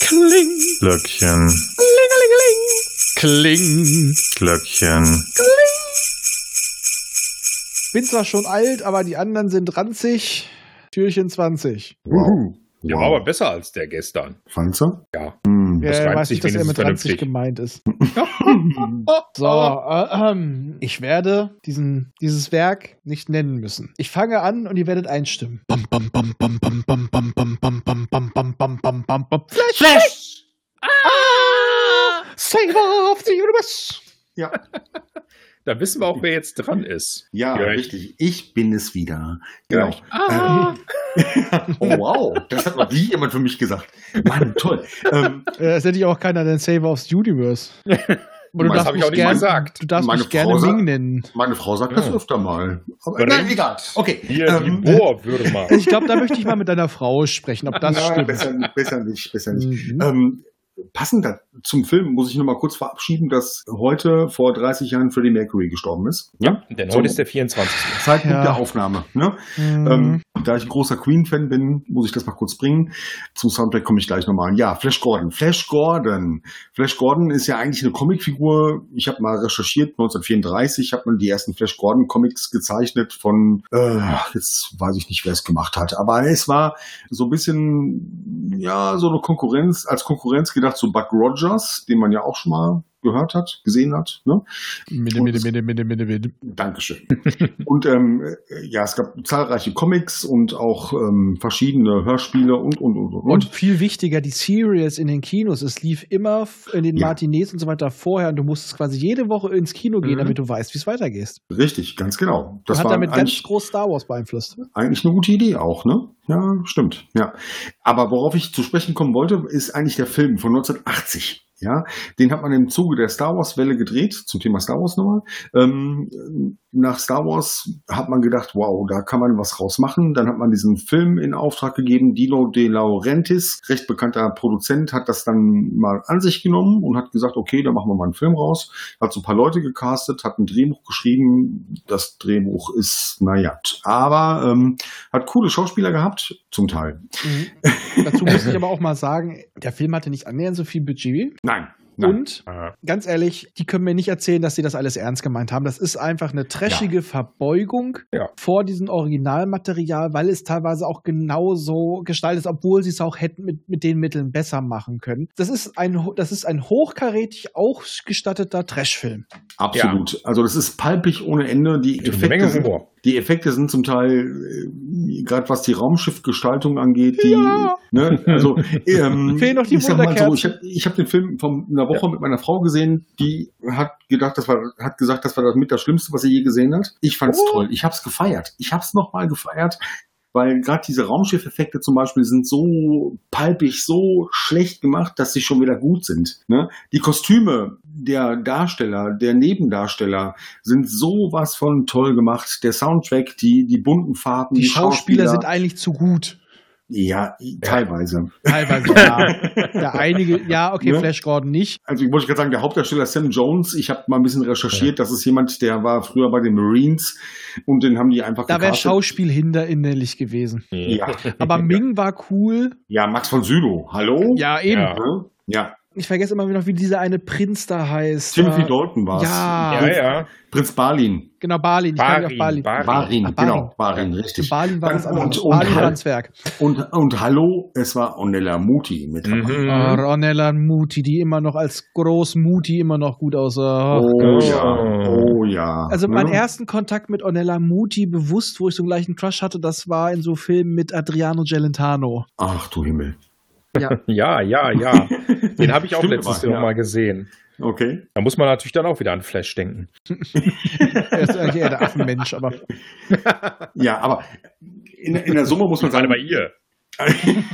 Kling. Glöckchen, Klingelingeling. Kling. Glöckchen. Bin zwar schon alt, aber die anderen sind ranzig. Türchen 20. Wow. Ja, war aber besser als der gestern. Fandst du? Ja. Hm. Ja, reimt weiß sich ich, dass er wenigstens mit ranzig vernünftig. gemeint ist. Oh, So, äh, ähm, ich werde diesen, dieses Werk nicht nennen müssen. Ich fange an und ihr werdet einstimmen. Bam, bam, bam, bam, bam, bam, bam, bam, bam, bam, bam, bam, bam, bam, bam, bam. Flash! Flash! Ah! Saver of the Universe! Da wissen wir auch, wer jetzt dran ist. Ja, Ja, ich- richtig. Ich bin es wieder. Genau. Äh, Ah. Oh, wow. Das hat mal wie jemand für mich gesagt. Mann, toll. ähm, Äh, Das hätte ich auch keiner, denn Saver of the Universe. Aber Das hab ich mich auch nicht gern- gesagt. Du darfst Meine mich gerne Frau sagt- Ming nennen. meine Frau sagt das Ja. öfter mal. Aber, Warum? nein, egal. Okay. Hier, ähm, die Bohrwürmer. Ich glaube, da möchte ich mal mit deiner Frau sprechen, ob das nein, stimmt. besser, besser nicht, besser nicht. Mhm. Ähm, passend da- zum Film muss ich nur mal kurz verabschieden, dass heute vor 30 Jahren Freddie Mercury gestorben ist. Ja. Denn So. heute ist der 24. Zeitpunkt Ja. der Aufnahme. Ne? Ähm, da ich ein großer Queen-Fan bin, muss ich das mal kurz bringen. Zum Soundtrack komme ich gleich nochmal. Ja, Flash Gordon. Flash Gordon. Flash Gordon ist ja eigentlich eine Comicfigur. Ich habe mal recherchiert, 1934 hat man die ersten Flash Gordon-Comics gezeichnet von, äh, jetzt weiß ich nicht, wer es gemacht hat, aber es war so ein bisschen, ja, so eine Konkurrenz, als Konkurrenz gedacht zu Buck Rogers, den man ja auch schon mal gehört hat, gesehen hat. Ne? Mitte, Mitte, Mitte, Mitte, Mitte, Mitte. Dankeschön. und ähm, äh, ja, es gab zahlreiche Comics und auch ähm, verschiedene Hörspiele und und und und. Und und. viel wichtiger, die Series in den Kinos. Es lief immer f- in den Ja. Martinez und so weiter vorher und du musstest quasi jede Woche ins Kino gehen, Mhm. damit du weißt, wie es weitergeht. Richtig, ganz genau. Das Das hat war damit ganz eigentlich, groß Star Wars beeinflusst. eigentlich eine gute Idee auch, ne? Ja, stimmt. Ja. Aber worauf ich zu sprechen kommen wollte, ist eigentlich der Film von 1980. Ja, den hat man im Zuge der Star Wars Welle gedreht, zum Thema Star Wars nochmal. Ähm, nach Star Wars hat man gedacht, wow, da kann man was rausmachen. Dann hat man diesen Film in Auftrag gegeben. Dino De Laurentiis, recht bekannter Produzent, hat das dann mal an sich genommen und hat gesagt, okay, da machen wir mal einen Film raus. Hat so ein paar Leute gecastet, hat ein Drehbuch geschrieben. Das Drehbuch ist, naja, aber ähm, hat coole Schauspieler gehabt, zum Teil. Dazu muss ich aber auch mal sagen, der Film hatte nicht annähernd so viel Budget. Nein, nein. Und Ah. ganz ehrlich, die können mir nicht erzählen, dass sie das alles ernst gemeint haben. Das ist einfach eine trashige Verbeugung Ja. vor diesem Originalmaterial, weil es teilweise auch genauso gestaltet ist, obwohl sie es auch hätten mit, mit den Mitteln besser machen können. Das ist ein, ho- das ist ein hochkarätig auch gestatteter Trashfilm. Absolut. Also das ist palpig ohne Ende. Die Eine Menge Effekte, sind, Humor. die Effekte sind zum Teil, äh, gerade was die Raumschiffgestaltung angeht, die, ne, also ähm, Fehlen noch die ich sag mal so, Wunderkerzen. ich habe ich hab den Film von einer Woche mit meiner Frau gesehen, die hat gedacht, das war, hat gesagt, das war das mit das Schlimmste, was sie je gesehen hat. Ich fand's Oh. toll. Ich hab's gefeiert. Ich hab's nochmal gefeiert. Weil gerade diese Raumschiffeffekte zum Beispiel sind so palpig, so schlecht gemacht, dass sie schon wieder gut sind. Ne? Die Kostüme der Darsteller, der Nebendarsteller sind sowas von toll gemacht. Der Soundtrack, die, die bunten Farben, Die Schauspieler sind eigentlich zu gut. Ja, teilweise. Teilweise, ja. ja, einige, ja, okay, Ne? Flash Gordon nicht. Also ich wollte gerade sagen, der Hauptdarsteller Sam Jones, ich habe mal ein bisschen recherchiert, das ist jemand, der war früher bei den Marines und den haben die einfach Da wäre gecastet. Schauspiel hinderlich gewesen. Ja. Aber Ming war cool. ja, Max von Sydow, hallo? Ja, eben. Ja. Ja, Ich vergesse immer noch, wie dieser eine Prinz da heißt. Timothy Äh, Dalton war's. Ja. Ja, ja. Prinz Balin. Genau, Balin. Ich kann mich auf Balin. um Barin, Barin. Balin, Ah, Balin. genau, Balin, richtig. Balin war das Und- andere. und Balin Hulk. war das Werk. Und, und hallo, es war Onella Muti mit dabei. Mhm. Ronella Muti, die immer noch als groß Muti immer noch gut aussah. Oh Gott. ja, oh ja. Also Ne? meinen ersten Kontakt mit Onella Muti bewusst, wo ich so einen gleichen Crush hatte, das war in so Filmen mit Adriano Gelentano. Ach du Himmel. Ja, ja, ja. Den habe ich auch Mhm. Stimmt letztens aber, noch ja. mal gesehen. Okay. Da muss man natürlich dann auch wieder an Flash denken. Er ist eigentlich eher der Affenmensch, aber Ja, aber in, in der Summe muss man sagen, Gerade bei ihr.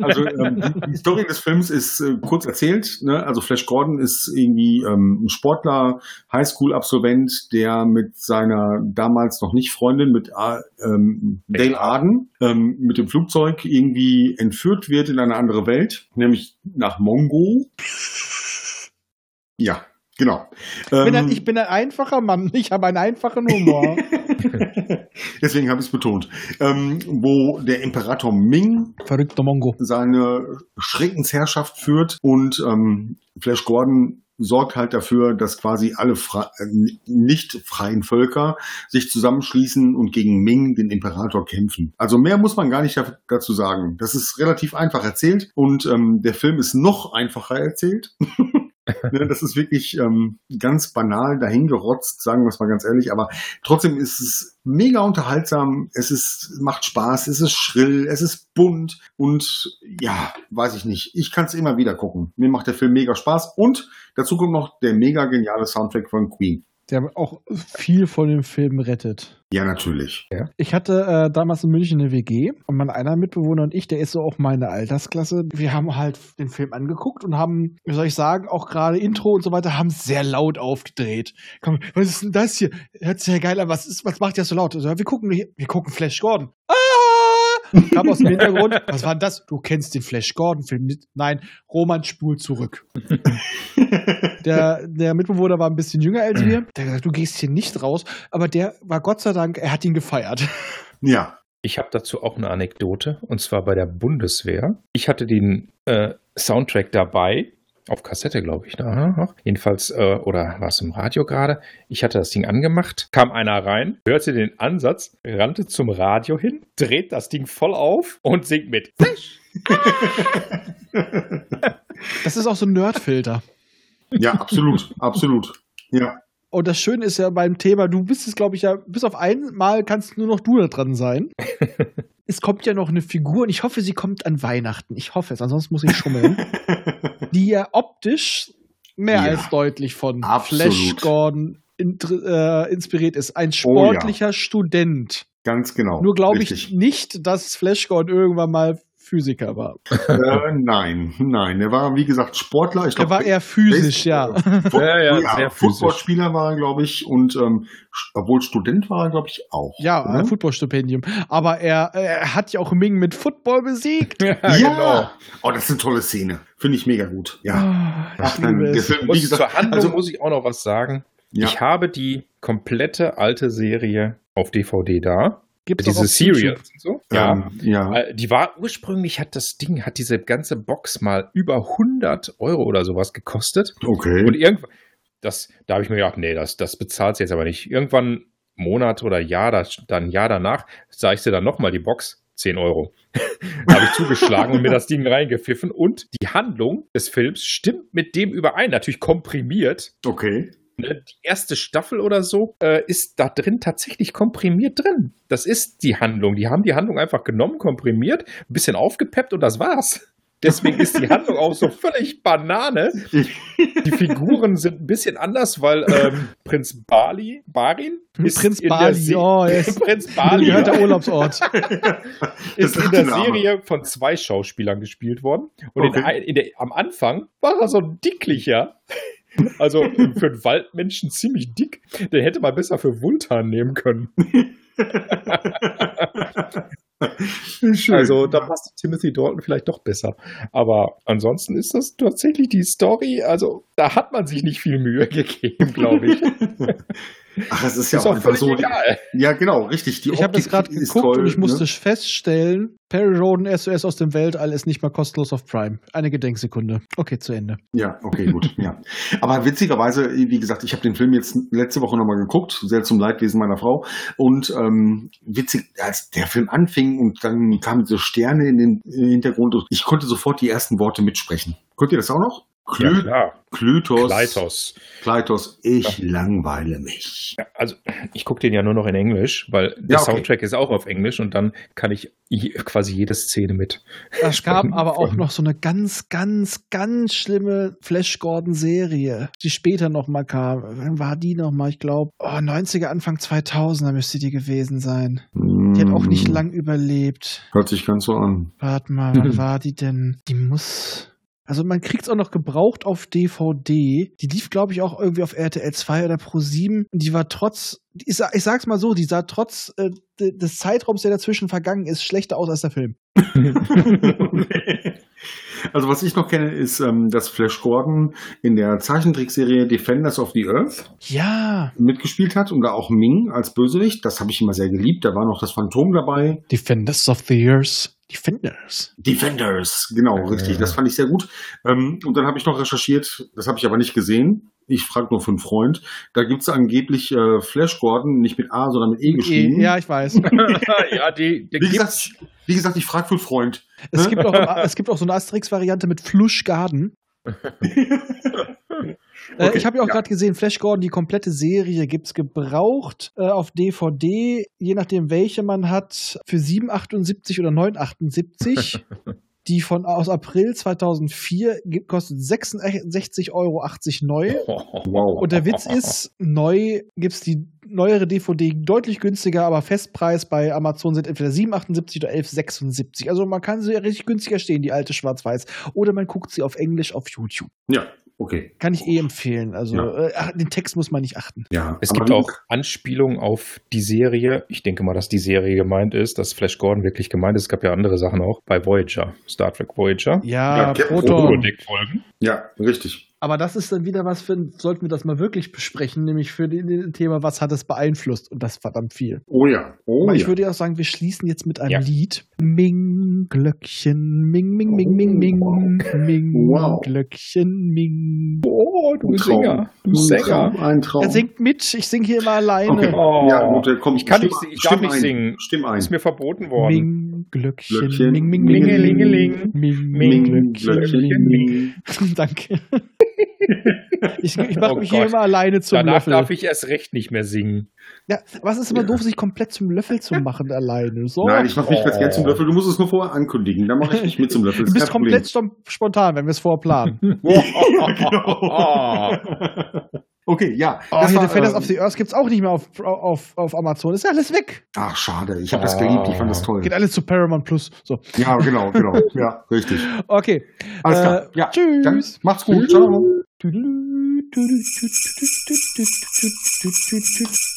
Also ähm, die- die Story des Films ist äh, kurz erzählt. Ne? Also Flash Gordon ist irgendwie ähm, ein Sportler, Highschool-Absolvent, der mit seiner damals noch nicht Freundin, mit A- ähm, Dale Arden, ähm, mit dem Flugzeug irgendwie entführt wird in eine andere Welt, nämlich nach Mongo. Ja, genau. ich bin Ähm, ein, ich bin ein einfacher Mann, ich habe einen einfachen Humor. Deswegen habe ich es betont. Ähm, wo der Imperator Ming Verrückter Mongo. seine Schreckensherrschaft führt und ähm, Flash Gordon sorgt halt dafür, dass quasi alle fre äh, nicht freien Völker sich zusammenschließen und gegen Ming, den Imperator, kämpfen. Also mehr muss man gar nicht da- dazu sagen. Das ist relativ einfach erzählt und ähm, der Film ist noch einfacher erzählt. Ne, Das ist wirklich ähm, ganz banal dahingerotzt, sagen wir es mal ganz ehrlich, aber trotzdem ist es mega unterhaltsam, es ist, macht Spaß, es ist schrill, es ist bunt und ja, weiß ich nicht. Ich kann es immer wieder gucken. Mir macht der Film mega Spaß und dazu kommt noch der mega geniale Soundtrack von Queen. Der auch viel von dem Film rettet. Ja, natürlich. Ich hatte äh, damals in München eine WG und mein einer Mitbewohner und ich, der ist so auch meine Altersklasse. Wir haben halt den Film angeguckt und haben, wie soll ich sagen, auch gerade Intro und so weiter, haben sehr laut aufgedreht. Komm, was ist denn das hier? Hört sich ja geil an, was, ist, was macht ihr so laut? Also, ja, wir gucken hier, wir gucken Flash Gordon. Ah! Kam aus dem Hintergrund. Was war denn das? Du kennst den Flash Gordon-Film nicht. Nein, Roman spult zurück. Der, der Mitbewohner war ein bisschen jünger als wir. Der hat gesagt, du gehst hier nicht raus. Aber der war Gott sei Dank, er hat ihn gefeiert. ja. Ich habe dazu auch eine Anekdote, und zwar bei der Bundeswehr. Ich hatte den äh, Soundtrack dabei, auf Kassette, glaube ich. Ne? Noch. Jedenfalls, äh, oder war es im Radio gerade? Ich hatte das Ding angemacht, kam einer rein, hörte den Ansatz, rannte zum Radio hin, dreht das Ding voll auf und singt mit. Das ist auch so ein Nerdfilter. Ja, absolut, absolut. Ja. Und das Schöne ist ja beim Thema, du bist es, glaube ich, ja, bis auf einmal kannst nur noch du da dran sein. es kommt ja noch eine Figur und ich hoffe, sie kommt an Weihnachten. Ich hoffe es, ansonsten muss ich schummeln. die ja optisch mehr Ja. als deutlich von Absolut. Flash Gordon in, äh, inspiriert ist. Ein Oh ja. sportlicher Student. Ganz genau. Nur glaube ich Richtig. nicht, dass Flash Gordon irgendwann mal Physiker war. Äh, nein, nein. Er war, wie gesagt, Sportler. Er Ich glaub, war eher physisch, ja. Ja, ja, sehr physisch. Footballspieler war er, glaube ich, und ähm, sch- obwohl Student war er, glaube ich, auch. Ja, ne? ein Footballstipendium. Aber er, er hat ja auch Ming mit Football besiegt. ja, ja, Oh, das ist eine tolle Szene. Finde ich mega gut. Ja. Ah, Ach, ich nein, liebe der es. Film, Muss, wie gesagt, zur Handlung also, muss ich auch noch was sagen. ja, Ich habe die komplette alte Serie auf DVD da. Gibt's auch Diese auf YouTube. Serie. So? ähm, ja. Äh, Die war ursprünglich, hat das Ding, hat diese ganze Box mal über 100 Euro oder sowas gekostet. Und Okay. irgendwann, das, da habe ich mir gedacht, nee, das, das bezahlt jetzt aber nicht. Irgendwann, einen Monat oder Jahr, das, dann ein Jahr danach, sah ich sie dann nochmal die Box. 10 Euro. Da habe ich zugeschlagen und mir das Ding reingepfiffen. Und die Handlung des Films stimmt mit dem überein. Natürlich komprimiert, Okay. ne, die erste Staffel oder so äh, ist da drin tatsächlich komprimiert drin. Das ist die Handlung. Die haben die Handlung einfach genommen, komprimiert, ein bisschen aufgepeppt und das war's. Deswegen ist die Handlung auch so völlig Banane. Die Figuren sind ein bisschen anders, weil ähm, Prinz Bali, Barin ist Prinz in der Bali, Se- oh, er ist Prinz Bali Bali gehört der Urlaubsort. ist Das in der ist ein Name. Serie von zwei Schauspielern gespielt worden. Und Okay. in, ein- in der, am Anfang war er so ein dicklicher. Also für einen Waldmenschen ziemlich dick. Den hätte man besser für Wultan nehmen können. Schön. Also da passt Timothy Dalton vielleicht doch besser. Aber ansonsten ist das tatsächlich die Story. Also da hat man sich nicht viel Mühe gegeben, glaube ich. Ach, das ist ja auch einfach völlig so. Die, egal. ja, genau, richtig. Die Ich habe das Optik gerade ist geguckt und toll, ich musste ne? feststellen, Perry Roden SOS aus dem Weltall ist nicht mal kostenlos auf Prime. Eine Gedenksekunde. Okay, zu Ende. Ja, okay, gut. ja. Aber witzigerweise, wie gesagt, ich habe den Film jetzt letzte Woche nochmal geguckt, sehr zum Leidwesen meiner Frau. Und ähm, witzig, als der Film anfing und dann kamen so Sterne in den in den Hintergrund und ich konnte sofort die ersten Worte mitsprechen. Könnt ihr das auch noch? Ja, Klö klar. Klytos. Kleitos. Kleitos, ich langweile mich. Also, ich gucke den ja nur noch in Englisch, weil der Ja, okay. Soundtrack ist auch auf Englisch und dann kann ich je- quasi jede Szene mit. Es gab Sprechen aber auch von- noch so eine ganz, ganz, ganz schlimme Flash Gordon-Serie, die später nochmal kam. Wann war die nochmal? Ich glaube, oh, 90er, Anfang 2000er müsste die gewesen sein. Die hat auch nicht lang überlebt. Hm, Hört sich ganz so an. Warte mal, wann war die denn? Die muss. Also man kriegt es auch noch gebraucht auf DVD. Die lief, glaube ich, auch irgendwie auf RTL 2 oder Pro 7. Und die war trotz, ich, sa- ich sag's mal so, die sah trotz äh, de- des Zeitraums, der dazwischen vergangen ist, schlechter aus als der Film. also was ich noch kenne, ist, ähm, dass Flash Gordon in der Zeichentrickserie Defenders of the Earth Ja, mitgespielt hat und da auch Ming als Bösewicht. Das habe ich immer sehr geliebt. Da war noch das Phantom dabei. Defenders of the Years. Defenders. Defenders, genau, Ja. richtig. Das fand ich sehr gut. Ähm, und dann habe ich noch recherchiert, das habe ich aber nicht gesehen. Ich frage nur für einen Freund. Da gibt es angeblich äh, Flash Gordon, nicht mit A, sondern mit E geschrieben. Eh, Ja, ich weiß. ja, die, die wie, gibt, gesagt, wie gesagt, ich frage für einen Freund. Es gibt auch, es gibt auch so eine Asterix-Variante mit Flush Garden. Äh, Okay, ich habe ja auch ja. gerade gesehen, Flash Gordon, die komplette Serie gibt's gebraucht äh, auf DVD, je nachdem welche man hat, für 7,78 oder 9,78. die von aus April 2004 gibt, kostet 66,80 Euro neu. Wow. Und der Witz ist, neu gibt's die neuere DVD deutlich günstiger, aber Festpreis bei Amazon sind entweder 7,78 oder 11,76. Also man kann sie ja richtig günstiger stehen, die alte Schwarz-Weiß. Oder man guckt sie auf Englisch auf YouTube. ja, okay. Kann ich eh empfehlen. Also Ja. äh, ach, den Text muss man nicht achten. Ja, es aber gibt wie- auch Anspielungen auf die Serie. Ich denke mal, dass die Serie gemeint ist, dass Flash Gordon wirklich gemeint ist. Es gab ja andere Sachen auch bei Voyager, Star Trek Voyager. Ja, Ja, Captain Oh. Proton. Holodeck-Folgen. Ja, richtig. Aber das ist dann wieder was für, ein- sollten wir das mal wirklich besprechen, nämlich für das Thema, was hat es beeinflusst? Und das verdammt viel. Oh ja. Oh Aber ja. ich würde ja auch sagen, wir schließen jetzt mit einem Ja. Lied. Ming Glöckchen, Ming, Ming, Ming, Ming, Ming, Ming, Wow. Glöckchen, Ming. Oh, du Ein Traum. Sänger. Du Ein Sänger. Traum, ein Traum. Er singt mit, ich singe hier immer Okay. alleine. Oh. Ja, gut, äh, komm, Ich kann stimm- nicht, ich stimm darf nicht ein. singen. Stimm Ist ein. mir verboten worden. Ming Glöckchen, Glöckchen, Ming, Ming, Ming, Mingelingeling. Ming, Ming, Ming, Glöckchen, Glöckchen, Ming. Danke. Ich, ich mache Oh mich Gott. hier immer alleine zum Danach Löffel. darf ich erst recht nicht mehr singen. Ja, was ist immer doof, sich komplett zum Löffel zu machen alleine? So. Nein, ich mache mich ganz Oh. gern zum Löffel. Du musst es nur vorher ankündigen. Dann mache ich mich mit zum Löffel. du Ist bist kein Problem. komplett stom- spontan, wenn wir es vorplanen. Oh, Ah. genau. okay, ja. Oh, Das hier, war, Defenders ähm, of the Earth gibt's auch nicht mehr auf, auf, auf Amazon. Ist ja alles weg. Ach, schade. Ich habe Ah. das geliebt. Ich fand das toll. Geht alles zu Paramount Plus. So. Ja, genau, genau. Ja, richtig. Okay. Alles Äh, klar. Ja. Dann Tschüss. macht's gut. Ciao. Tschüss.